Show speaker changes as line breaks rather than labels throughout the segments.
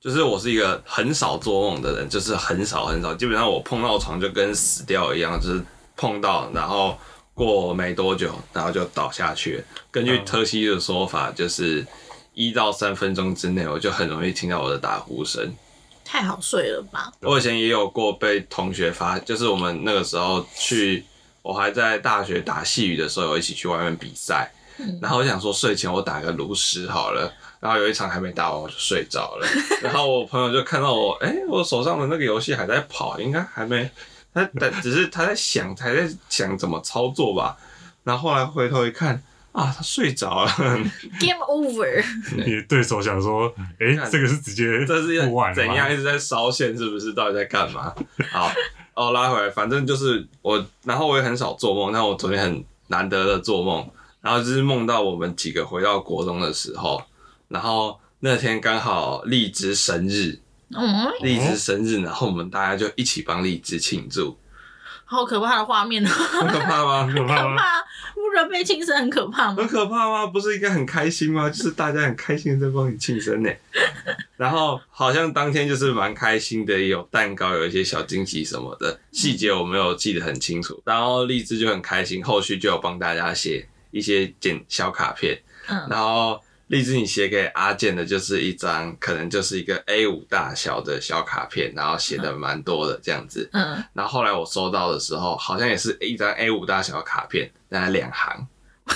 就是我是一个很少做梦的人，就是很少很少，基本上我碰到床就跟死掉一样，就是碰到，然后过没多久，然后就倒下去了。根据特西的说法，就是一到三分钟之内，我就很容易听到我的打呼声。
太好睡了吧？
我以前也有过被同学发，就是我们那个时候去，我还在大学打细雨的时候，有一起去外面比赛，然后我想说睡前我打个炉石好了，然后有一场还没打完我就睡着了，然后我朋友就看到我，哎、我手上的那个游戏还在跑，应该还没，他但只是他在想，还在想怎么操作吧，然后后来回头一看。啊，他睡着了，
Game Over，
你的对手想说，
嗯
哎、
看
这个是直接
这是
破万
怎样一直在烧线，是不是？到底在干嘛？好，哦，拉回来，反正就是我，然后我也很少做梦，但我昨天很难得的做梦，然后就是梦到我们几个回到国中的时候，然后那天刚好荔枝生日，
嗯，
荔枝生日，然后我们大家就一起帮荔枝庆祝，
好可怕的画面哦，
很可怕吗？
可怕
可
吗？
怕，不觉得被亲生很可怕吗
很？可怕吗？不是应该很开心吗？就是大家很开心地在帮你庆生呢。然后好像当天就是蛮开心的，也有蛋糕，有一些小惊喜什么的，细节我没有记得很清楚。然后荔枝就很开心，后续就有帮大家写一些简小卡片。
嗯
然后荔枝你写给阿健的就是一张，可能就是一个 A 五大小的小卡片，然后写的蛮多的这样子。
嗯，
然后后来我收到的时候，好像也是一张 A 五大小的卡片，那两行。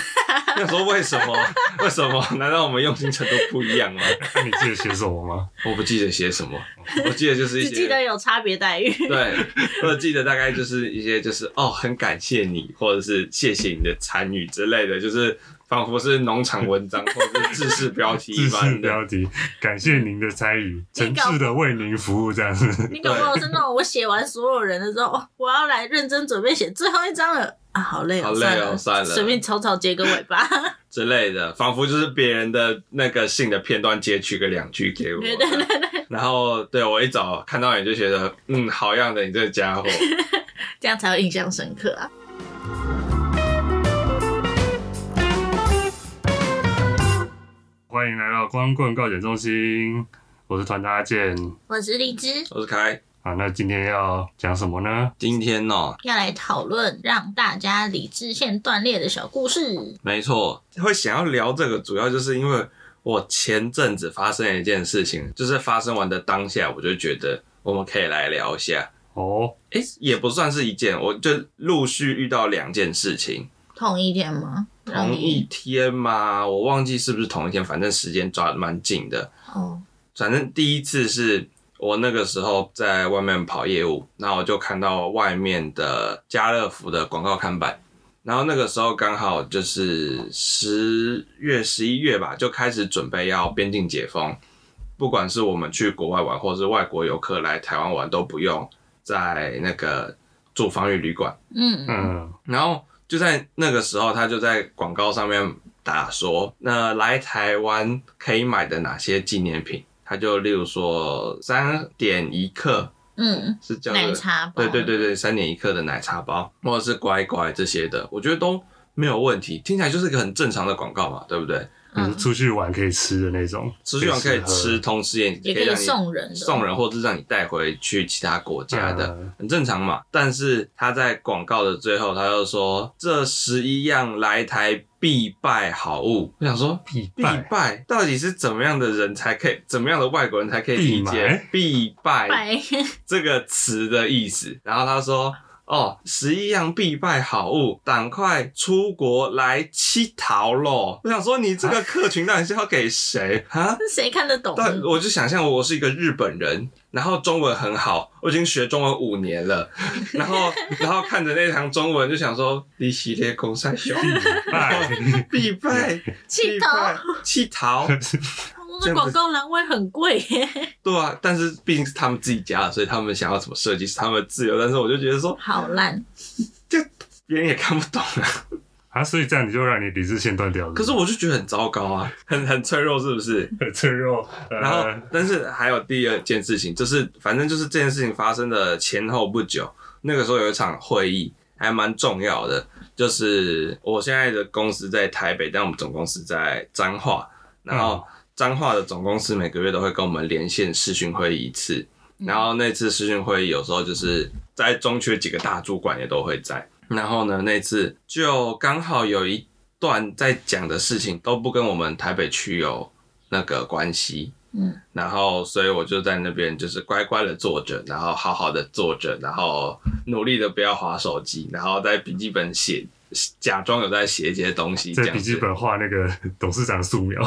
那说为什么？为什么？难道我们用心程度不一样吗？
那你记得写什么吗？
我不记得写什么，我记得就是一
只
些
记得有差别待遇，
对，我记得大概就是一些就是哦，很感谢你，或者是谢谢你的参与之类的，就是仿佛是农场文章或者是知识标题
自
一
式
般的。
标题，感谢您的参与，诚
搞
挚的为您服务，这样子。
你搞不好是那种我写完所有人的时候，哦我要来认真准备写最后一张了啊，好累
好
哦，
累
算
哦
了
算了
随便草草结个尾巴，
之类的，仿佛就是别人的那个信的片段截取个两句给我。
对对
然后对我一早看到你就觉得，嗯，好样的，你这个家伙。
这样才会印象深刻啊。
欢迎来到光棍告解中心，我是团大阿健。
我是荔枝，
我是凯，
啊，那今天要讲什么呢？
今天哦、
要来讨论让大家理智线断裂的小故事。
没错，会想要聊这个，主要就是因为我前阵子发生了一件事情，就是发生完的当下，我就觉得我们可以来聊一下。
哦，
诶、也不算是一件，我就陆续遇到两件事情，
同一天吗？让
同一
你
天嘛，我忘记是不是同一天，反正时间抓的蛮紧的。
哦，
反正第一次是我那个时候在外面跑业务，然后我就看到外面的家乐福的广告看板，然后那个时候刚好就是十月、十一月吧，就开始准备要边境解封，不管是我们去国外玩，或是外国游客来台湾玩，都不用在那个住防疫旅馆。
嗯
嗯，
然后就在那个时候，他就在广告上面打说，那来台湾可以买的哪些纪念品？他就例如说三点一克
嗯，
是叫做
奶茶包，
对对，对对，三点一克的奶茶包，或者是乖乖这些的，我觉得都没有问题，听起来就是一个很正常的广告嘛，对不对？
你是
嗯，
出去玩可以吃的那种，
吃去完可以
喝
吃，同时也
也
可
可以
让你
送人的，
送人，或者是让你带回去其他国家的。
嗯
很正常嘛。但是他在广告的最后，他就说这十一样来台必败好物。我想说，
必
必
败。
败到底是怎么样的人才可以，怎么样的外国人才可以理解必败
拜，
这个词的意思？然后他说。哦，十一样必败好物，赶快出国来乞讨喽！我想说，你这个客群到底是要给谁啊？
谁看得懂？
但我就想象我是一个日本人，然后中文很好，我已经学中文五年了，然 后然后看着那堂中文就想说，你系列公三小，
必 败，
必败，
气
必
头，
败，气 逃，
我的广告栏位很贵 耶，
对啊，但是毕竟是他们自己家的，所以他们想要怎么设计是他们的自由，但是我就觉得说，
好烂，
别人也看不懂啊，
啊，所以这样你就让你理智线断掉了。
可 是我就觉得很糟糕啊，很很脆弱，是不是？
很脆弱，
然后
呃，，
但是还有第二件事情，就是反正就是这件事情发生的前后不久，那个时候有一场会议，还蛮重要的。就是我现在的公司在台北，但我们总公司在彰化。然后彰化的总公司每个月都会跟我们连线视讯会议一次，然后那次视讯会议有时候就是在中区几个大主管也都会在，然后呢那次就刚好有一段在讲的事情都不跟我们台北区有那个关系，
嗯，
然后所以我就在那边就是乖乖的坐着，然后好好的坐着，然后努力的不要划手机，然后在笔记本写。假装有在写一些东西，这
在
样
笔记
子。
本画那个董事长素描，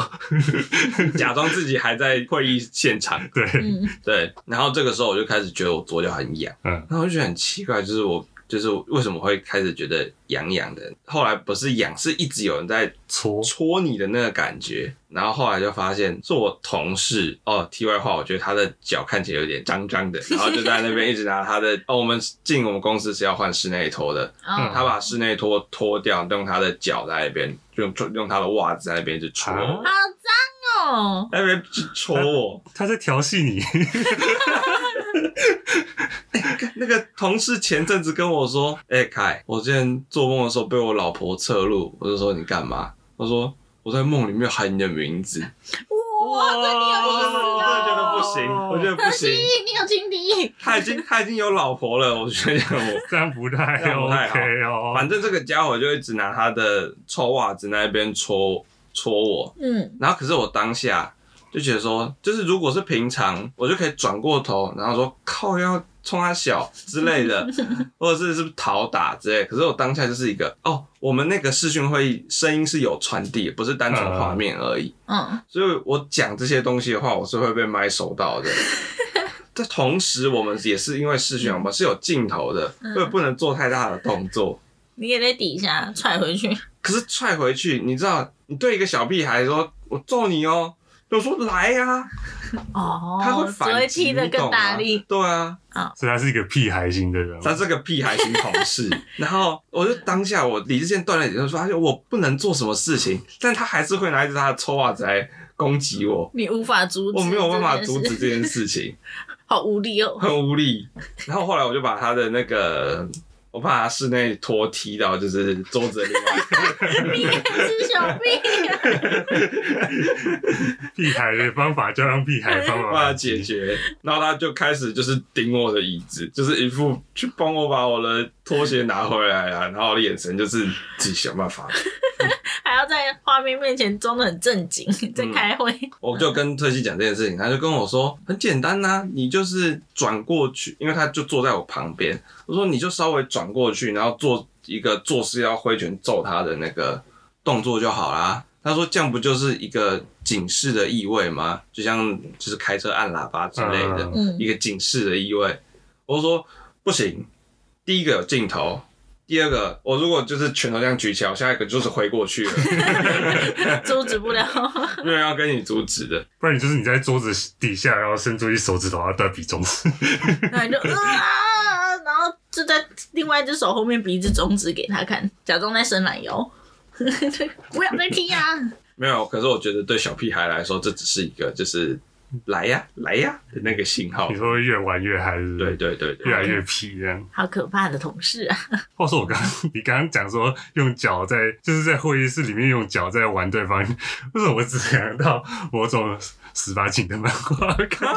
假装自己还在会议现场。
对，
嗯，
对，然后这个时候我就开始觉得我左脚很痒，
嗯，
然后我就觉得很奇怪，就是我就是为什么会开始觉得痒痒的？后来不是痒，是一直有人在
搓，
戳你的那个感觉。然后后来就发现是我同事哦，题外话，我觉得他的脚看起来有点脏脏的，然后就在那边一直拿他的哦，我们进我们公司是要换室内拖的，
哦，
他把室内拖脱掉，用他的脚在那边，用用他的袜子在那边一直戳我，
啊
好脏哦，
在那边戳我。
他在调戏你，
那个同事前阵子跟我说：“哎、凯，我之前做梦的时候被我老婆侧录。”我就说：“你干嘛？”他说：“我在梦里面喊你的名字。
哇，对你有意思
我真的觉得不行，我觉得不
有
行。
情敌，你有情敌，
他已经他已经有老婆了，我觉得 我
这样不太
这样不太好
OK 哦。
反正这个家伙就一直拿他的臭袜子那边戳戳我。
嗯，
然后可是我当下就觉得说，就是如果是平常，我就可以转过头，然后说靠要冲他小之类的，或者是是不是讨打之类的。可是我当下就是一个哦，我们那个视讯会议声音是有传递，不是单纯画面而已。
嗯，
所以我讲这些东西的话，我是会被麦收到的。 这同时，我们也是因为视讯，我
嗯
们是有镜头的，所以不能做太大的动作。
你也在底下踹回去，
可是踹回去，你知道，你对一个小屁孩说“我揍你哦”，就说“来呀、
哦，
他会
只会
反击，
踢得
你懂
更大
吗
力，。
对啊，
所以他是一个屁孩型的人哦，
他是个屁孩型同 事。然后我就当下我理智线断了以后，发现我不能做什么事情，但他还是会拿一只他的臭袜子来攻击我，
你无法阻止，
我没有办法阻止，这件事情，
好无力哦。
很无力。然后后来我就把他的那个。我把他室内拖踢到就是桌子的另外一 边，
你也是小屁啊！
屁孩的方法就让屁孩的方法
帮 他解决，然后他就开始就是顶我的椅子，就是一副去帮我把我的拖鞋拿回来啊，然后我的眼神就是自己想办法。
还要在画面面前装的很正经，在开会。
我就跟特西讲这件事情，他就跟我说很简单呐、你就是转过去，因为他就坐在我旁边，我说你就稍微转过去，然后做一个做事要挥拳揍他的那个动作就好啦。他说这样不就是一个警示的意味吗？就像就是开车按喇叭之类的。
嗯
嗯
一个警示的意味。我就说不行，第一个有镜头，第二个我如果就是拳头这样举起来，我下一个就是挥过去了，嗯
阻止不了。
没有人要跟你阻止的。
不然你就是你在桌子底下，然后伸出一手指头，然后断比中指，
然后 你就啊，然后就在另外一只手后面比一只中指给他看，假装在伸懒腰。 对，不要再踢啊！
没有，可是我觉得对小屁孩来说，这只是一个就是来呀来呀的那个信号
你。说越玩越嗨，是不
对
是？
对对对
越来越皮这样。
好可怕的同事 啊！
话说我刚你刚刚讲说用脚在，就是在会议室里面用脚在玩对方，为什么我只想到某种十八禁的漫画？ 看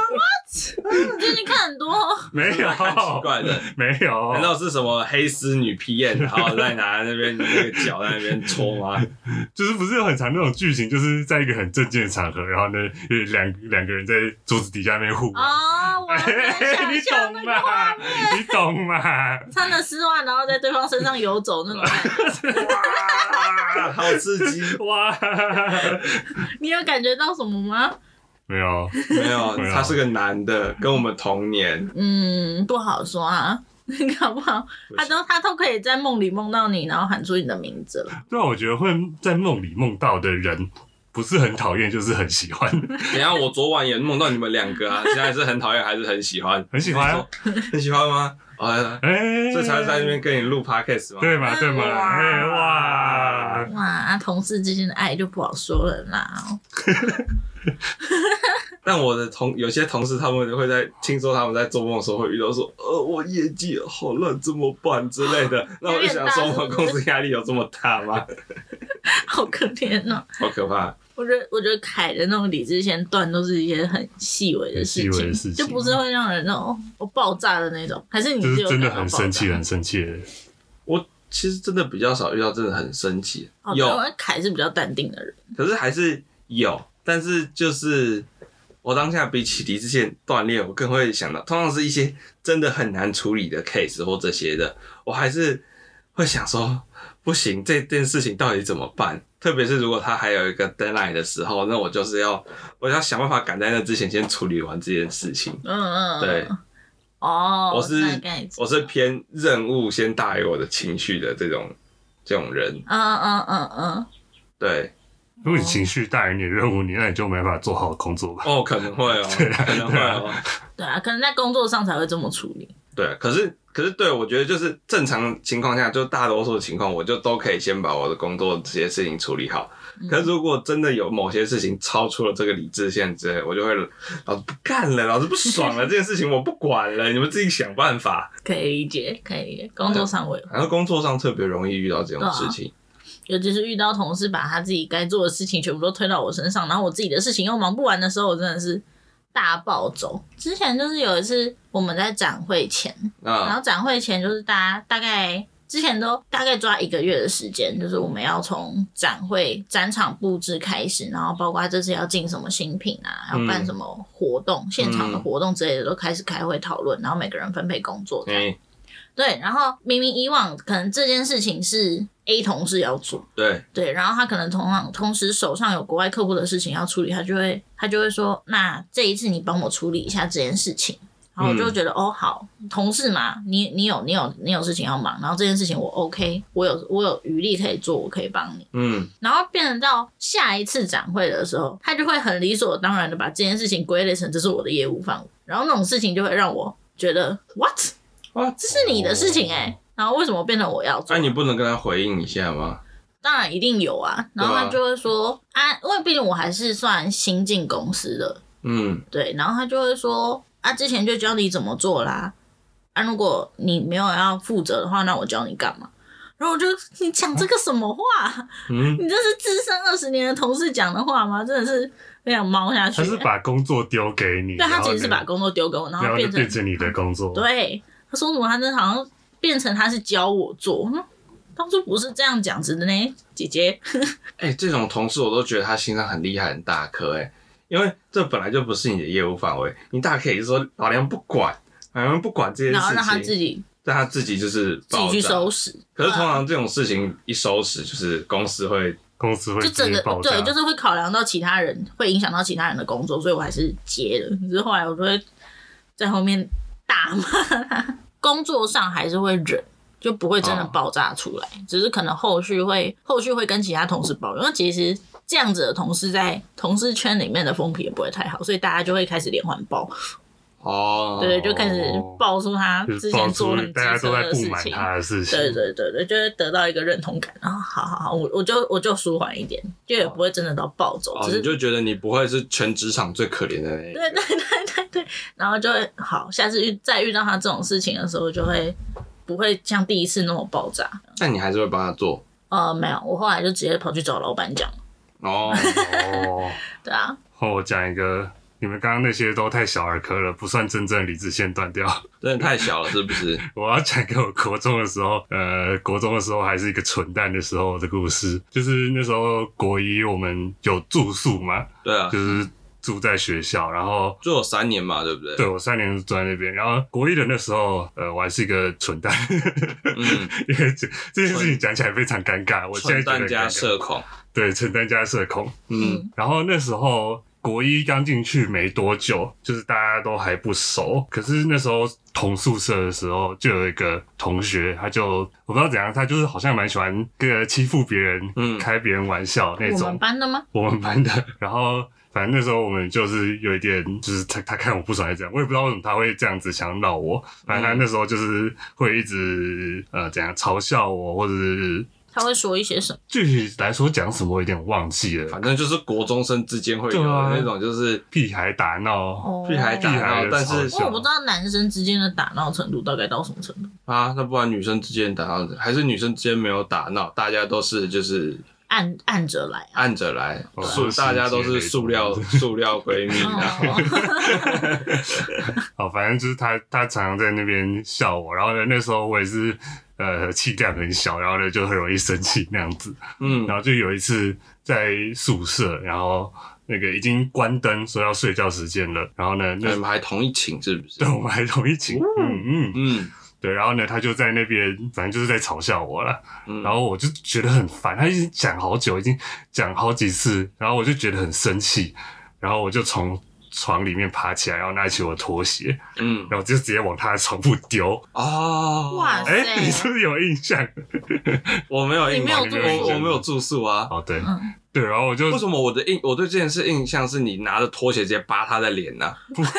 你最近看很多哦，
没有，
蛮奇怪的，
没有
难。道是什么黑丝女 PM，然 后再拿那边那个脚在那边戳吗？
就是不是有很长那种剧情，就是在一个很正经的场合，然后呢，有两两个人在桌子底下面互 玩。
啊，我很
哎
难
你
想象那
懂
个画
吗？你懂吗？
穿了丝袜，然后在对方身上游走那种感觉。
啊，好刺激！
哇，
你有感觉到什么吗？
没有，
没有，他是个男的，跟我们同年，
嗯，不好说啊，搞不好
不
他都他都可以在梦里梦到你，然后喊出你的名字了。
对啊，我觉得会在梦里梦到的人，不是很讨厌，就是很喜 欢，
等一下，我昨晚也梦到你们两个啊，现在是很讨厌还是很喜欢？
很喜欢啊
你说，很喜欢吗？啊，
哎、
所以才会在那边跟你录 podcast 吗？
对嘛对嘛，
哇
哎、哇，
哇，啊同事之间的爱就不好说了啦。
但我的同有些同事，他们会在听说他们在做梦的时候会遇到说，呃，我业绩好烂，怎么办之类的。那我就想说，我们公司压力有这么大吗？
好可怜哦。
好可怕！
我觉得，我觉得凯的那种理智线断都是一些很细微的事
很细微
情，
的事情啊
就不是会让人那种我爆炸的那种，还是你
就是
有
真的
感到
很
爆
生
炸
气，很生气的。
我其实真的比较少遇到真的很生气，
哦，
有
因为凯是比较淡定的人，
可是还是有，但是就是我当下比起理智线断裂，我更会想到，通常是一些真的很难处理的 case 或这些的，我还是会想说，不行，这件事情到底怎么办？特别是如果他还有一个 deadline 的时候，那我就是要我要想办法赶在那之前先处理完这件事情。
嗯嗯，嗯
对，
哦，
我是
大概知
我是偏任务先大于我的情绪的这种这种人，
嗯嗯嗯嗯
对。
如果你情绪大于你的任务，你那你就没办法做好工作吧？
哦，可能会哦， 可能会哦。
嗯，啊对啊，可能在工作上才会这么处理，
对，可是可是对我觉得就是正常情况下，就大多数情况，我就都可以先把我的工作这些事情处理好。
嗯
可是如果真的有某些事情超出了这个理智线之类，我就会老子不干了，老子不爽了，这件事情我不管了，你们自己想办法。
可以理解，可以理解，工作上我也会，
然后工作上特别容易遇到这种事情，
尤其是遇到同事把他自己该做的事情全部都推到我身上，然后我自己的事情又忙不完的时候，我真的是大暴走。之前就是有一次我们在展会前，然
那
后展会前就是大家大概之前都大概抓一个月的时间，就是我们要从展会展场布置开始，然后包括这次要进什么新品啊，要办什么活动、现场的活动之类的，都开始开会讨论，然后每个人分配工作这样。
嗯，
对，然后明明以往可能这件事情是 A 同事要做，
对，
对，然后他可能同行同时手上有国外客户的事情要处理，他就会他就会说，那这一次你帮我处理一下这件事情。然后我就觉得、哦好，同事嘛，你你有你有你有事情要忙，然后这件事情我 OK，我有我有余力可以做，我可以帮你。
嗯，
然后变成到下一次展会的时候，他就会很理所当然的把这件事情归类成这是我的业务范围，然后那种事情就会让我觉得 what
啊，
这是你的事情哎、然后为什么变成我要做？
哎那、你不能跟他回应一下吗？
当然一定有啊，然后他就会说啊，因为毕竟我还是算新进公司的，
嗯，
对，然后他就会说啊，之前就教你怎么做啦，啊，如果你没有要负责的话，那我教你干嘛？然后我就你讲这个什么话？
嗯
你这是资深二十年的同事讲的话吗？真的是很想猫下去、
他是把工作丢给你，
哎对他
然后
其实是
你
把工作丢给我，然
然
后
后就
变成
变成你的工作。
对，他说什么？他那好像变成他是教我做，嗯当初不是这样讲子的呢，姐姐。
哎、这种同事我都觉得他心脏很厉害、很大颗哎、因为这本来就不是你的业务范围，你大可以说老娘不管，老娘不管这件事
然
情，
后让他自己
让他自己就是
自己去
爆
收
炸。
拾。啊
可是通常这种事情一收拾，就是公司会
公司会
就
直
整
接
个
爆炸。
对，就是会考量到其他人，会影响到其他人的工作，所以我还是接的。只是后来我就会在后面大骂他，工作上还是会忍。就不会真的
哦
爆炸出来，只是可能后续会后续会跟其他同事抱怨。因为其实这样子的同事在同事圈里面的风评也不会太好，所以大家就会开始连环爆，
哦，
对，就开始爆出他
就是
之
爆
前做
出
很机
大家
车
都在
的
不
事
满
情，
他的事情，
对对对对，就会得到一个认同感。然后，好好好，我我就我就舒缓一点，就也不会真的到暴走，
哦，
只
你
是
就觉得你不会是全职场最可怜的那一个
对对对对对，然后就会好，下次遇再遇到他这种事情的时候，就会不会像第一次那么爆炸。
但你还是会帮他做
呃，没有，我后来就直接跑去找老板讲。
哦。
哦，
对啊，
后我讲一个，你们刚刚那些都太小儿科了，不算真正理智线断掉。
真的太小了，是不是？
我要讲给我国中的时候，呃，国中的时候还是一个蠢蛋的时候的故事，就是那时候国一我们有住宿嘛，
对啊
就，是住在学校，然后。
做了三年嘛，对不对？
对，我三年住在那边，然后国一的那时候，呃，我还是一个蠢蛋，
嗯，
因为这这件事情讲起来非常尴尬，我现在
蠢
觉得
蛋
很
加
尴尬。
社恐，
对，蠢蛋加社恐，
嗯，
然后那时候国一刚进去没多久，就是大家都还不熟。可是那时候同宿舍的时候，就有一个同学，他就我不知道怎样，他就是好像蛮喜欢跟欺负别人、
嗯
开别人玩笑那
我们
种。
班的吗？
我们班的，然后。反正那时候我们就是有一点，就是他他看我不爽还是这样，我也不知道为什么他会这样子想闹我。反正他那时候就是会一直呃怎样嘲笑我，或者是
他会说一些什么？
具体来说讲什么我有点忘记了，
反正就是国中生之间会有
对啊
的那种，就是
屁孩打闹，
哦
屁孩打
屁孩
闹
的，
但是
嘲
因为我不知道男生之间的打闹程度大概到什么程度，
啊，那不然女生之间打闹，还是女生之间没有打闹，大家都是就是
按按着来啊？
按着来
哦，
塑
是
大家都是塑料塑料闺蜜啊。
哦，
哦，反正就是他，他常常在那边笑我，然后呢，那时候我也是，呃，气量很小，然后呢就很容易生气那样子。
嗯
然后就有一次在宿舍，然后那个已经关灯，说要睡觉时间了，然后呢，
你
那
们还同一寝是不是
对？我们还同一起，嗯嗯，
嗯
对，然后呢，他就在那边，反正就是在嘲笑我了。
嗯，
然后我就觉得很烦，他已经讲好久，已经讲好几次，然后我就觉得很生气，然后我就从床里面爬起来，然后拿起我的拖鞋，
嗯
然后就直接往他的床铺丢。
哦，
哇
哎、
对
你是不是有印象？
我没有印象，
你
没有住宿
我我没有住宿啊。
哦，对，
嗯
对，然后我就
为什么我 的印我对这件事印象是你拿着拖鞋直接扒他的脸呢、
不是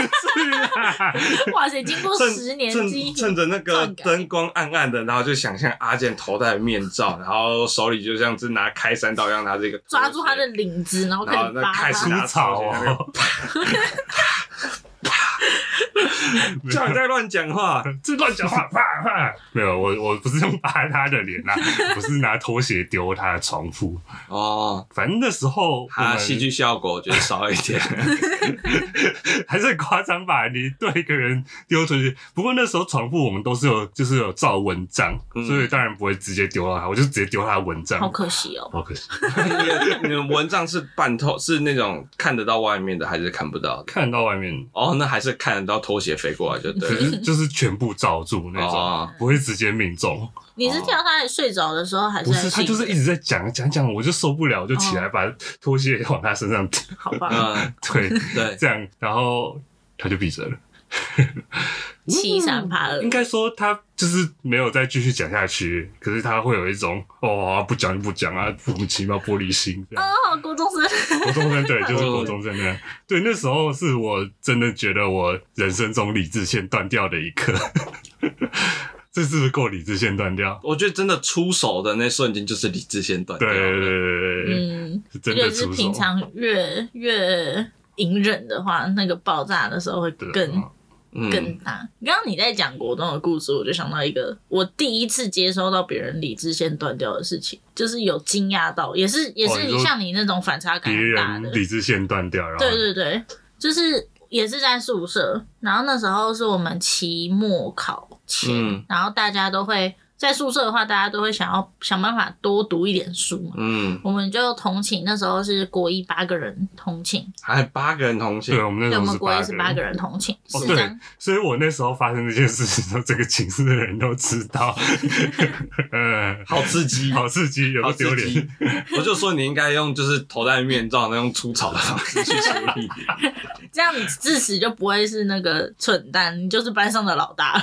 啦，
哇塞，经过
趁
十年
趁
积
趁着那个
篡改
灯光暗暗的，然后就想象阿健头戴面罩，然后手里就像是拿开山刀一样拿这个拖
抓
鞋
住他的，领子，然后开
然后
始
那
扒
开始
他。
拿
出草
拖鞋那
哦
个， 叫你在乱讲话，
这乱讲话，啪啪！没有，我我不是用 扒他的脸啦、我是拿拖鞋丢他的床铺。
哦，
反正那时候我
他
们
戏剧效果我觉得少一点。
还是很夸张吧？你对一个人丢出去，不过那时候床铺我们都是有，就是有照蚊帐，
嗯
所以当然不会直接丢到他，我就直接丢他的蚊帐。
好可惜哦，
好可惜，
你的你的蚊帐是半透，是那种看得到外面的还是看不到的？
看到外面
哦，那还是看得到拖鞋飞过来就对
可
了。
是就是全部罩住那种，
哦，
不会直接命中。
你是跳他睡着的时候，还
不
在
是，他就是一直在讲讲讲，我就受不了，我就起来把拖鞋往他身上丢，
好吧，
嗯，
对，
对，
这样，然后他就闭嘴了。
七三八二
应，该说他就是没有再继续讲下去，可是他会有一种哦、不讲就不讲啊，莫名其妙玻璃心这样。
哦，郭中生，
国中生对，就是国中生那样。对，那时候是我真的觉得我人生中理智线断掉的一刻。 这是不是够理智线断掉？
我觉得真的出手的那瞬间就是理智先断掉
对
了。
对对对对，
嗯，
是哦真
尤
的
其是
出手
平。常越越隐忍的话，那个爆炸的时候会
对
更
嗯
嗯
更大。刚刚你在讲国中的故事，我就想到一个我第一次接收到别人理智线断掉的事情，就是有惊讶到，也是也
哦
是
你说
像你那种反差感
别
很大
人
的，
理智线断掉，然后
对对对，就是也是在宿舍，然后那时候是我们期末考前，
嗯
然后大家都会在宿舍的话，大家都会想要想办法多读一点书嘛。
嗯，
我们就同寝，那时候是国一八个人同寝，
还八个人同行
对，我们那
对，
时
我
候
们国一是
是
八
八
个
个人。
人同寝，
哦
四
对
张。
所以我那时候发生这件事情的时候，整个寝室的人都知 道， 嗯，
好刺激，
好刺激，有
好
个
刺
丢
激
脸，。
我就说你应该用就是头戴面罩那种出草的方式去处理。
这样你自此就不会是那个蠢蛋，你就是班上的老大。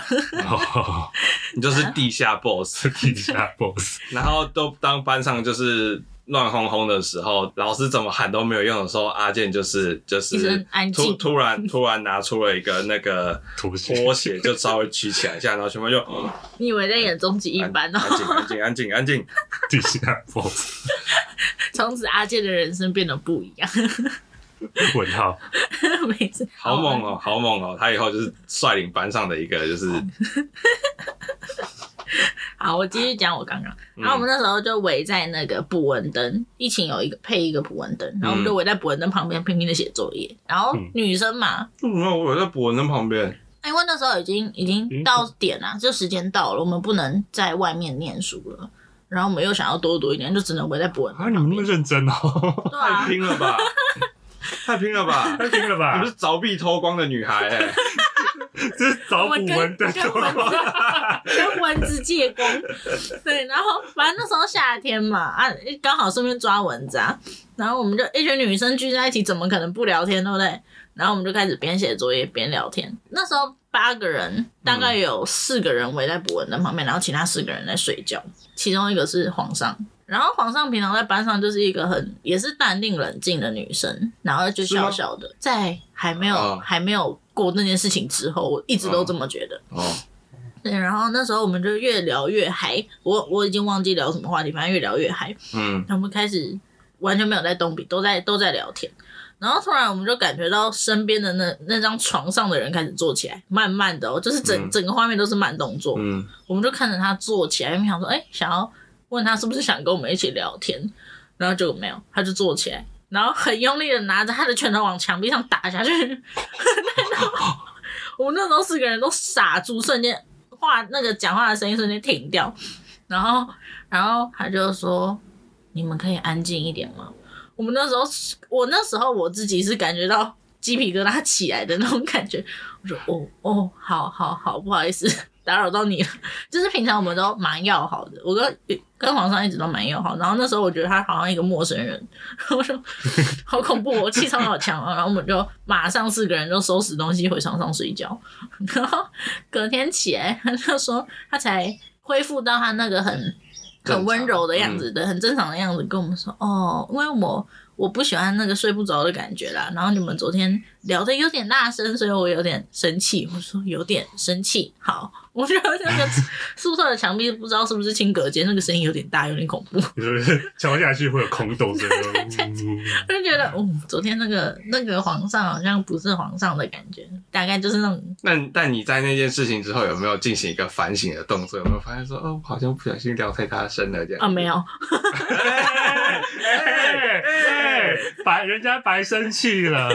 哦，
你就是地下 boss，
地下 boss，
然后都当班上就是乱哄哄的时候，老师怎么喊都没有用的时候，阿健就是就
一
是
声安
突
静
突然突然拿出了一个那个
拖鞋
拖鞋，就稍微举起来一下，然后全部就
你以为在演终极 一
安
班哦？
安静安静安静安静，
地下 boss，
从此阿健的人生变得不一样。
问号。
每次
好猛哦，好猛哦！他以后就是率领班上的一个就是
好，我继续讲我刚刚。
嗯
然后我们那时候就围在那个捕蚊灯，一寝有一个配一个捕蚊灯，然后我们就围在捕蚊灯旁边拼命的写作业。然后
嗯
女生嘛，
为什么我在捕蚊灯旁边？
因为那时候已经已经
经
到点啦、就时间到了，我们不能在外面念书了。然后我们又想要多读一点，就只能围在捕蚊灯
啊，你
旁
们那
边
么。认真哦，
对
太
啊，
拼了吧，太拼了 吧！
太拼了
你
吧
不是！凿壁偷光的女孩哎、
这是找
我
古
跟
文的
跟蚊子跟蚊子借光，对，然后反正那时候夏天嘛，啊，刚好顺便抓蚊子啊，然后我们就一群女生聚在一起，怎么可能不聊天，对不对？然后我们就开始边写作业边聊天。那时候八个人，大
嗯
概有四个人围在博文的旁边，然后其他四个人在睡觉，其中一个是皇上。然后皇上平常在班上就是一个很也是淡定冷静的女生，然后就是
吗
小小的，在还没有、
啊
还没有过那件事情之后，我一直都这么觉得。
哦，
对，然后那时候我们就越聊越嗨，我我已经忘记聊什么话题，反正越聊越嗨。
嗯，
我们开始完全没有在动笔，都在都在聊天。然后突然我们就感觉到身边的那那张床上的人开始坐起来，慢慢的哦，就是整、
嗯
整个画面都是慢动作。
嗯，
我们就看着他坐起来，因为想说，哎、想要问他是不是想跟我们一起聊天。然后结果没有，他就坐起来，然后很用力的拿着他的拳头往墙壁上打下去， 然后我们那时候四个人都傻住，瞬间话那个讲话的声音瞬间停掉，然后然后他就说：“你们可以安静一点吗？”我们那时候，我那时候我自己是感觉到鸡皮疙瘩起来的那种感觉。我说：“哦哦，好好好，不好意思，打扰到你了。”就是平常我们都蛮要好的，我跟跟皇上一直都蛮要好。然后那时候我觉得他好像一个陌生人，我说：“好恐怖、哦，我气场好强啊！”然后我们就马上四个人就收拾东西回床上睡觉。然后隔天起来，他就说他才恢复到他那个很。很温柔的样子的，很正常的样子跟我们说哦，因为我我不喜欢那个睡不着的感觉啦。然后你们昨天聊的有点大声，所以我有点生气。我说有点生气，好，我 觉得那个宿舍的墙壁不知道是不是轻隔间，那个声音有点大，有点恐怖。
就是敲下去会有空洞声。
我就觉得，嗯，昨天那个那个皇上好像不是皇上的感觉，大概就是那种
那但你在那件事情之后有没有进行一个反省的动作？有没有发现说，哦，我好像不小心聊太大声了这样？
啊，没有，
哎哎哎，白人家白生气了，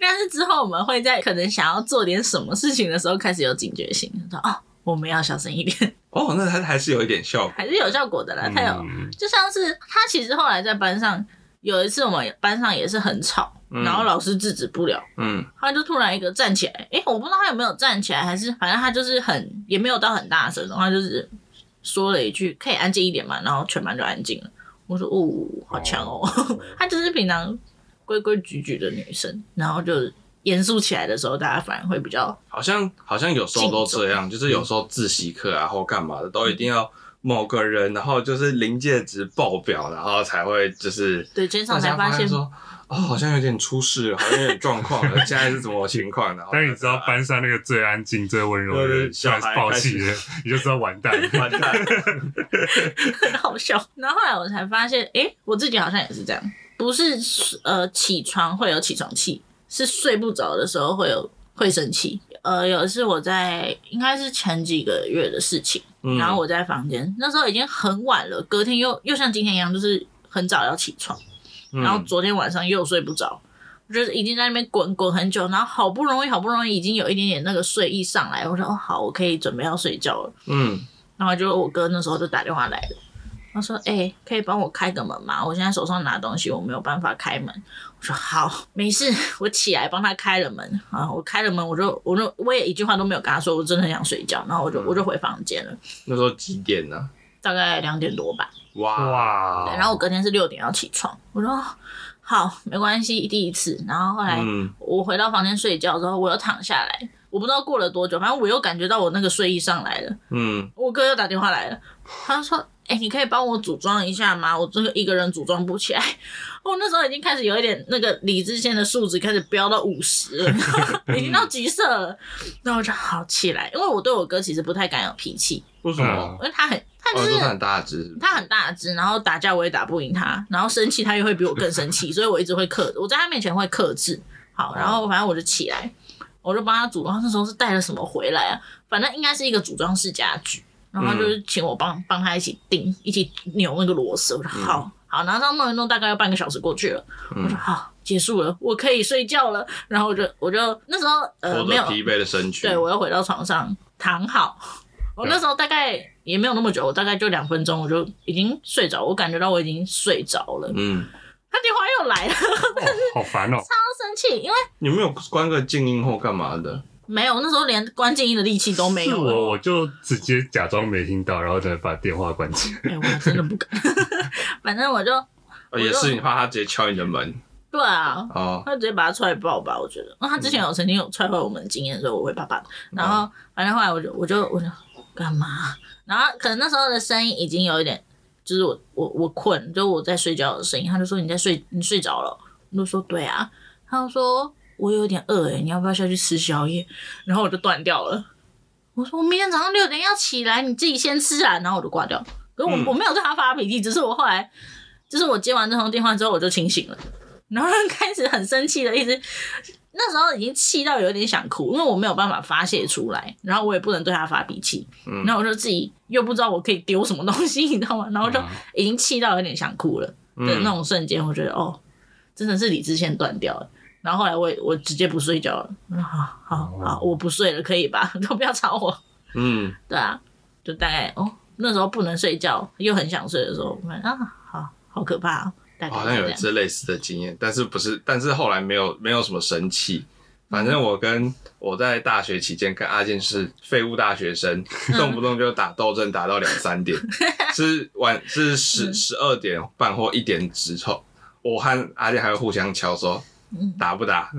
但是之后我们会在可能想要做点什么事情的时候开始有警觉性，说哦，我们要小心一点，
哦，那它还是有一点效果。
还是有效果的啦。他有，
嗯
就像是他其实后来在班上有一次，我们班上也是很吵，
嗯
然后老师制止不了，
嗯
他就突然一个站起来，诶、我不知道他有没有站起来，还是反正他就是很也没有到很大声，然后他就是说了一句“可以安静一点嘛”，然后全班就安静了。我说：“哦，好强哦！” 她就是平常规规矩矩的女生，然后就严肃起来的时候，大家反而会比较
好像好像有时候都这样，就是有
嗯
时候自习课啊或干嘛的，都一定要某个人，然后就是临界值爆表，然后才会就是
对，今天
大
上才
家
发现
现说，哦，好像有点出事了，好像有点状况了，现在是怎么情况？ 然后
但你知道班上那个最安静、最温柔的人，
小
现
孩
在是暴气的，你就知道完蛋了。
完蛋，
很好笑。然后后来我才发现，诶、我自己好像也是这样，不是呃起床会有起床气，是睡不着的时候会有会生气。呃，有一次我在应该是前几个月的事情，
嗯
然后我在房间，那时候已经很晚了，隔天又又像今天一样，就是很早要起床，然后
嗯
昨天晚上又睡不着。就是已经在那边滚滚很久，然后好不容易好不容易已经有一点点那个睡意上来，我说哦好，我可以准备要睡觉了。
嗯
然后就我哥那时候就打电话来了，他说：“哎、可以帮我开个门吗？我现在手上拿东西，我没有办法开门。”我说：“好，没事，我起来帮他开了门啊。”我开了门，我就我就我也一句话都没有跟他说，我真的很想睡觉，然后我
嗯
就我就回房间了，
那时候几点呢？
大概两点多吧。
哇，
哇！
对然后我隔天是六点要起床，我说：“哦好，没关系，第一次。”然后后来
嗯
我回到房间睡觉之后，我又躺下来，我不知道过了多久，反正我又感觉到我那个睡意上来了。
嗯，
我哥又打电话来了，他说：“哎、你可以帮我组装一下吗？我这个一个人组装不起来。” 我那时候已经开始有一点那个理智线的数值开始飙到五十了， 已经到橘色了。然后我就好起来，因为我对我哥其实不太敢有脾气，
为什么
嗯
因？为他很他
我
哦就
说
是
他很大只，
他很大只，然后打架我也打不赢他，然后生气他又会比我更生气，所以我一直会克，我在他面前会克制。好，然后反正我就起来，我就帮他组装。那时候是带了什么回来啊？反正应该是一个组装式家具，然后他就是请我帮帮他一起钉，一起扭那个螺丝。我说好。好，然后这样弄一弄，大概要半个小时过去了。我说好，结束了，我可以睡觉了。然后我就我就那时候呃
拖
没有
着疲惫的身躯，
对，我又回到床上躺好。我那时候大概也没有那么久，我大概就两分钟，我就已经睡着，我感觉到我已经睡着了。
嗯，
他电话又来了， 超
哦好烦哦！
生气，因为
你没有关个静音或干嘛的？哦
没有那时候连关静音的力气都没
是哦
有了。
我，我就直接假装没听到，然后再把电话关机。
哎、我还真的不敢。 反正我就
哦也是你怕他直接敲你的门
对啊，
哦，
他直接把他踹爆吧，我觉得。那、他之前有曾经有踹坏我们的经验，所以我会怕怕的。然后反正后来我就我就我就干嘛？然后可能那时候的声音已经有一点，就是我我我困，就我在睡觉的声音。他就说你在睡，你睡着了。我就说对啊。他就说我有点饿欸诶、你要不要下去吃宵夜？然后我就断掉了。我说我明天早上六点要起来，你自己先吃啊。然后我就挂掉。可是我、
嗯
我没有对他发脾气，只是我后来，就是我接完这通电话之后我就清醒了。然后开始很生气的，一直那时候已经气到有点想哭，因为我没有办法发泄出来，然后我也不能对他发脾气，
嗯
然后我就自己又不知道我可以丢什么东西， 你知道吗？然后就
嗯
已经气到有点想哭了的那
啊嗯，
种瞬间，我觉得哦，真的是理智线断掉了。然后后来我也我直接不睡觉了，我说好好
哦
好，我不睡了，可以吧？ 都不要吵我。
嗯，
对啊，就大概哦，那时候不能睡觉，又很想睡的时候，我们啊，好好可怕、哦，大概
好像
是
有
这
一
样。
次类似的经验，但是不是，但是后来没有没有什么生气。反正我跟我在大学期间跟阿健是废物大学 生，动不动就打斗争，打到两三点，是晚是十
嗯
十二点半或一点之后，我和阿健还会互相敲说
嗯
打不 打，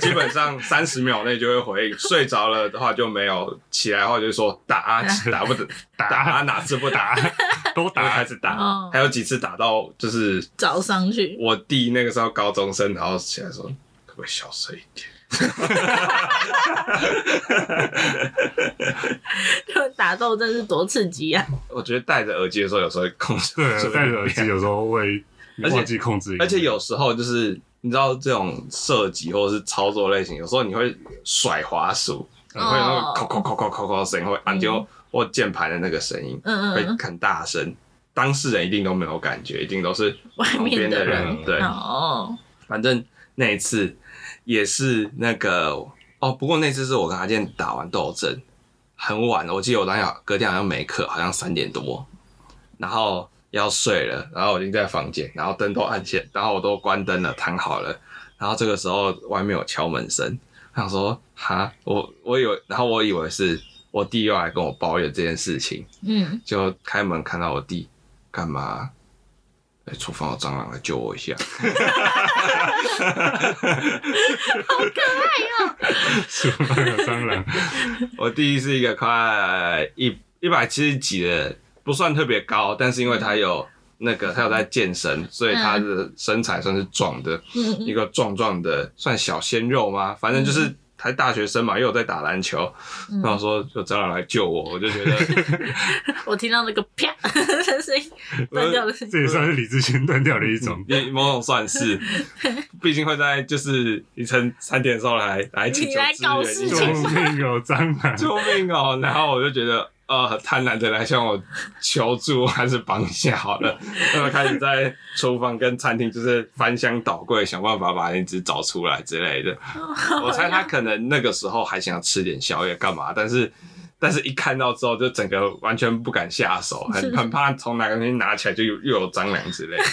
基本上三十秒内就会回应，睡着了的话就没有，起来的话就说打啊打不 打
打
打啊哪次不打，
都
打
打
开始 打
哦，
还有几次打到就是
早上去，
我弟那个时候高中生，然后起来说：“可不可以小声一点
就打斗真是多刺激啊！？”
我觉得戴着耳机的时候，有时候会控制不住
对，戴着耳机有时候会
而且
忘记控制音量，
而且有时候就是你知道这种射击或者是操作类型，有时候你会甩滑鼠，你会有那
哦
个扣扣扣扣扣扣的声音，会按键或键盘的那个声音，
嗯
会
嗯
很大声。当事人一定都没有感觉，一定都是
外
旁
面
边的
的
人。
人
对
嗯，，哦，
反正那一次也是那个哦，不过那次是我跟阿健打完斗争，很晚了，我记得我当下隔天好像没课，好像三点多，然后要睡了，然后我已经在房间，然后灯都暗线，然后我都关灯了，躺好了，然后这个时候外面有敲门声，我想说哈，我我以为，然后我以为是我弟又来跟我抱怨这件事情，
嗯，
就开门看到我弟干嘛？哎、厨房有蟑螂，来救我一下！
是吧有蟑螂，
我弟是一个快一一百七十几的，不算特别高，但是因为他有那
嗯
个他有在健身，所以他的身材算是壮的，
嗯嗯
一个壮壮的，算小鲜肉吗？反正就是还大学生嘛，又有在打篮球，
嗯
然后说有蟑螂来救我，我就觉 得
我听到那个啪 的声音，断掉的声 音。
这也算是理智线断掉的一 种。
你某种算是， 毕竟会在就是凌晨三点的时候来来请
你
求
来
支援
搞
一
事
下
救
情
命！有蟑 螂，
救命哦！然后我就觉得，呃，贪婪的来向我求助，还是绑一下好了。那么开始在厨房跟餐厅就是翻箱倒柜，想办法把那只找出来之类的。我猜他可能那个时候还想要吃点宵夜干嘛，但是。但是，一看到之后，就整个完全不敢下手，很很怕从哪个东西拿起来就有又有蟑螂之类的。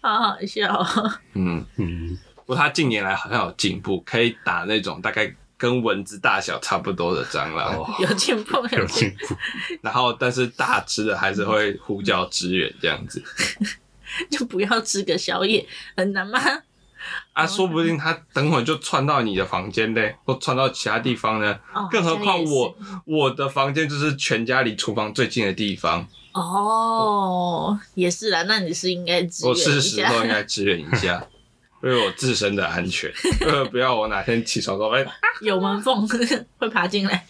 好好笑哦，
嗯，
嗯，
不过他近年来好像有进步，可以打那种大概跟蚊子大小差不多的蟑螂。
有进步，
有
有进
进
步。
步，
然后但是大只的还是会呼叫支援这样子
就不要吃个宵夜，很难吗？
啊，说不定它等会就窜到你的房间嘞，或窜到其他地方呢。
哦
更何况我
好
我的房间就是全家离厨房最近的地方，
像也是哦，也是啦，那你是应该支援
我
一
是时
下
候应该支援一下，为我自身的安 全，为了不要我哪天起床说哎
有门缝 会爬进来，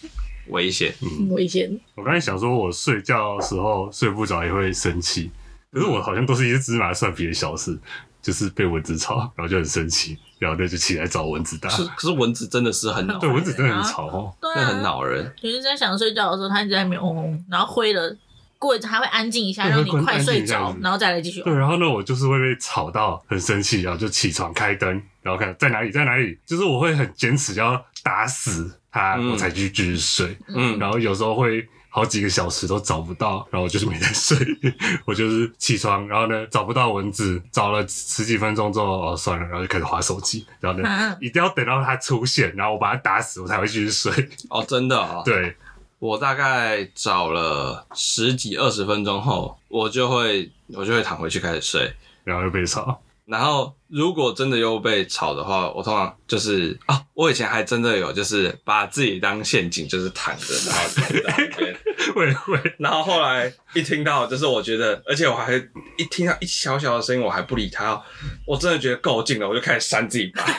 危险。
危险。
我刚才想说，我睡觉的时候睡不着也会生气，可是我好像都是一些芝麻蒜皮的小事，就是被蚊子吵，然后就很生气，然后就就起来找蚊子 打。
是可是蚊子真的是很恼
对，
人，
蚊子真的很吵哦。
对
那
啊，
很恼人。
有是在想睡觉的时候，它一直在那边嗡嗡，然后灰了，过一阵它会安静一下，
对
让你
会安
快睡
静一下
着
子，
然后再来继续。
对，然后呢，我就是会被吵到很生气，然后就起床开灯，然后看在哪里，在哪里，就是我会很坚持要打死它，
嗯
我才去继续睡。
嗯，
然后有时候会好几个小时都找不到，然后我就是没在睡， 我就是起床，然后呢找不到蚊子，找了十几分钟之后，哦算了，然后就开始划手机，然后呢、
啊
一定要等到它出现，然后我把它打死，我才会继续睡。
哦，真的哦，
对，
我大概找了十几二十分钟后，我就会我就会躺回去开始睡。
然后又被吵，
然后如果真的又被吵的话，我通常就是啊，我以前还真的有就是把自己当陷阱，就是躺着，然后躺在那边。
我也会
然后后来一听到，就是我觉得，而且我还一听到一小小的声音，我还不理他哦，我真的觉得够劲了，我就开始扇自己巴掌。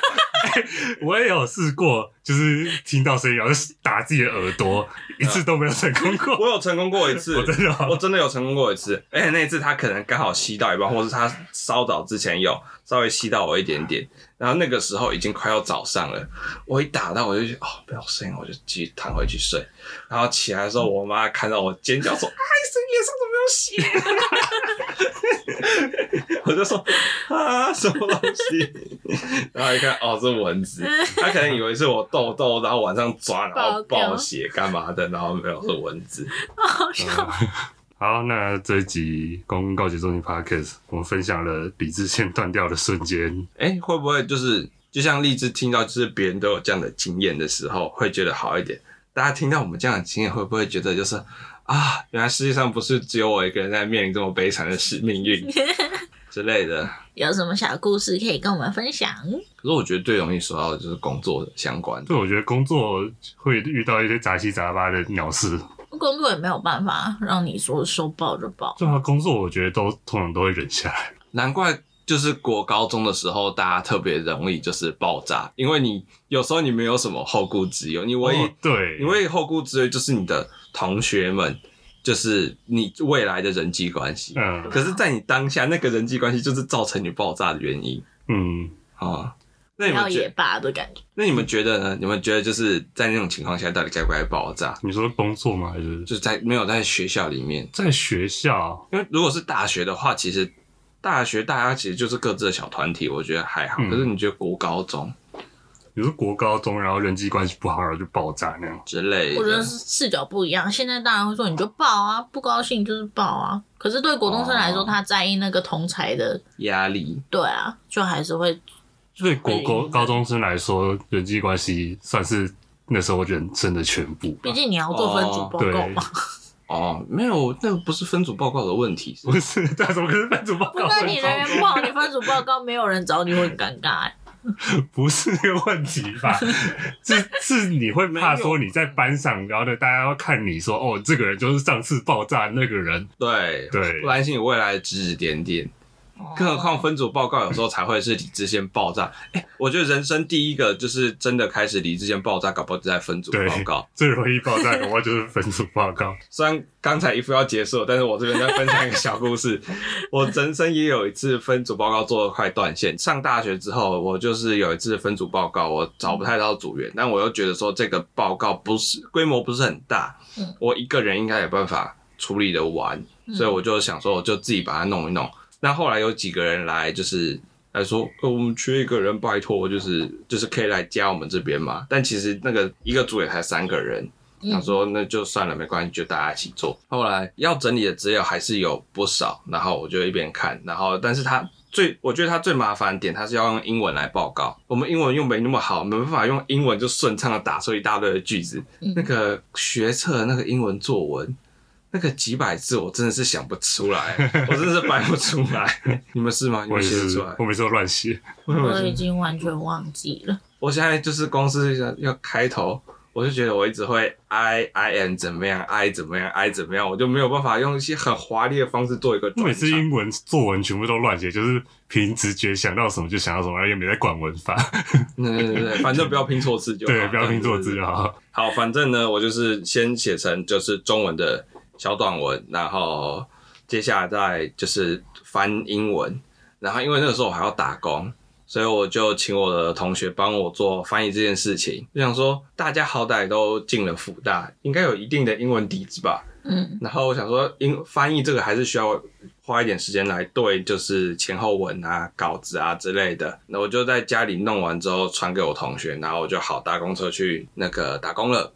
我也有试过，就是听到声音然后就打自己的耳朵，一次都没有成功过。
我有成功过一次，
我真的吗
啊 我真的有成功过一次。而且那一次他可能刚好吸到一半，或是他稍早之前有稍微吸到我一点点，然后那个时候已经快要早上了，我一打到我就觉得哦不要睡，我就继续躺回去睡。然后起来的时候，我妈看到我尖叫说：“啊，医生脸上怎么有血？” 我就说：“啊，什么东西？”然后一看，哦，是蚊子。她可能以为是我痘痘，然后晚上抓，然后
爆掉
爆血干嘛的，然后没有是蚊子。
好笑。
好，那这一集《公共告解中心 Podcast》，我们分享了理智线断掉的瞬间。
哎、会不会就是就像荔枝听到就是别人都有这样的经验的时候，会觉得好一点？大家听到我们这样的经验，会不会觉得就是啊，原来世界上不是只有我一个人在面临这么悲惨的事命运之类的？
有什么小故事可以跟我们分享？
可是我觉得最容易说到的就是工作相关的，
对，我觉得工作会遇到一些杂七杂八的鸟事。
工作也没有办法让你说说爆就爆。
对啊，工作我觉得都通常都会忍下来。
难怪。就是国高中的时候，大家特别容易就是爆炸，因为你有时候你没有什么后顾之忧，你唯一
哦、对，
因为后顾之忧就是你的同学们，就是你未来的人际关系。
嗯
可是，在你当下那个人际关系，就是造成你爆炸的原因
嗯，
啊、那你
然后
们
也
觉，
罢的感觉，
那你们觉得呢？你们觉得就是在那种情况下，到底该不该爆炸？
你说工作吗？还是
就是在没有在学校里面，
在学校？
因为如果是大学的话，其实大学大家其实就是各自的小团体，我觉得还好。
嗯
可是你觉得国高中
你说国高中，然后人际关系不好，然后就爆炸那样？
之类
我觉得
的，
是视角不一样。现在当然会说你就爆啊，不高兴就是爆啊。可是对国中生来说，
哦
他在意那个同才的，
压力
对啊，就还是会
对国高高中生来说，人际关系算是那时候人生的全部吧
毕。竟你要做分组报告嘛，
哦，没有，那个不是分组报告的问题，是
不是，那怎么可能分组报
不
告？
是你人缘不好，你分组报告没有人找你会很尴尬、欸。
不是那个问题吧？是是你会怕说你在班上，然后呢，大家要看你说哦，这个人就是上次爆炸那个人，
对，
对
不担心你未来的指指点点。
哦
更何况分组报告有时候才会是理智线爆炸。哎、我觉得人生第一个就是真的开始理智线爆炸，搞不好就在分组
对
报告。
最容易爆炸的话就是分组报告。
虽然刚才一副要结束了，但是我这边再分享一个小故事。我人生也有一次分组报告做的快断线。上大学之后，我就是有一次分组报告，我找不太到组员，但我又觉得说这个报告不是规模不是很大
嗯，
我一个人应该有办法处理的完，所以我就想说，我就自己把它弄一弄。那后来有几个人来，就是来说，呃，我们缺一个人，拜托，就是就是可以来加我们这边嘛。但其实那个一个组也才三个人，
嗯
想说那就算了，没关系，就大家一起做。后来要整理的资料还是有不少，然后我就一边看，然后但是他最我觉得他最麻烦的点，他是要用英文来报告，我们英文又没那么好，没办法用英文就顺畅的打出一大堆的句子。
嗯
那个学测的那个英文作文。那个几百字，我真的是想不出来，我真的是掰不出来。 你们是吗？你
我
们
也
写得
是
出来，？
我每次都乱写。
我已经完全忘记了，
我现在就是公司要要开头，我就觉得我一直会 I I am 怎么样，I 怎么样，I 怎么样，我就没有办法用一些很华丽的方式做一个
我
转
每次
场
英文作文全部都乱写，就是凭直觉想到什么就想到什么，然后也没在管文法。
对对对对，反正不要拼错字就好。
对，不要拼错字就
啊。
好。
好，反正呢，我就是先写成就是中文的小短文，然后接下来再就是翻英文，然后因为那个时候我还要打工。所以我就请我的同学帮我做翻译这件事情，就想说大家好歹都进了福大，应该有一定的英文底子吧。
嗯，
然后我想说，英翻译这个还是需要花一点时间来对，就是前后文啊、稿子啊之类的。那我就在家里弄完之后传给我同学，然后我就好搭公车去那个打工了。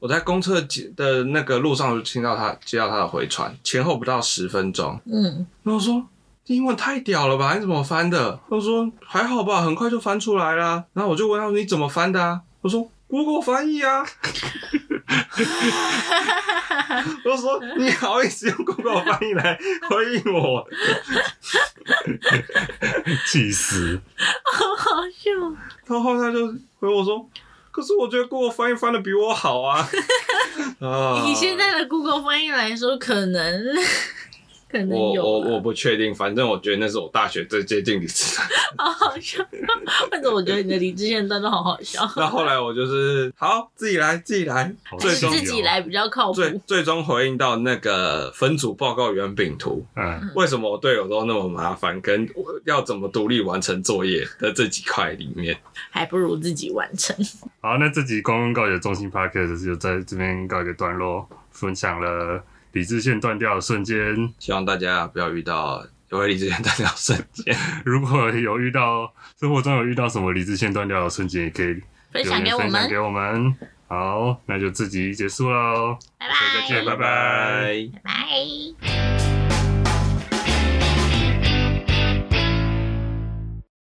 我在公车的那个路上就听到他接到他的回传，前后不到十分钟。
嗯，
然后我说这英文太屌了吧？你怎么翻的？他说还好吧，很快就翻出来啦。然后我就问他说你怎么翻的啊？我说 Google 翻译啊。 我说你好意思用 Google 翻译来回应我？
气死！
好笑，
然后他就回我说，可是我觉得 Google 翻译翻的比我好 啊。啊！
以现在的 Google 翻译来说，可能可可能
我
有
我
吧
我不确定，反正我觉得那是我大学最接近理 智的。
好哦好笑，为什么我觉得你的理智线段都好好笑？
那后来我就是好自己来自己来，
好
最终
自己来比较靠谱。
最最终回应到那个分组报告圆饼图，
嗯，
为什么我队友都那么麻烦，跟我要怎么独立完成作业的这几块里面，
还不如自己完成。
好，那这集公共告解中心 podcast 就在这边告一个段落，分享了理智线断掉的瞬间。
希望大家不要遇到有为理智间断掉瞬间。
如果有遇到生活中有遇到什么理智线断掉的瞬间，也可以
分
留
享给
言
我
分享
们
给，我们。好，哦那就这集结束喽。
拜
再见
拜
拜拜
拜。
拜拜。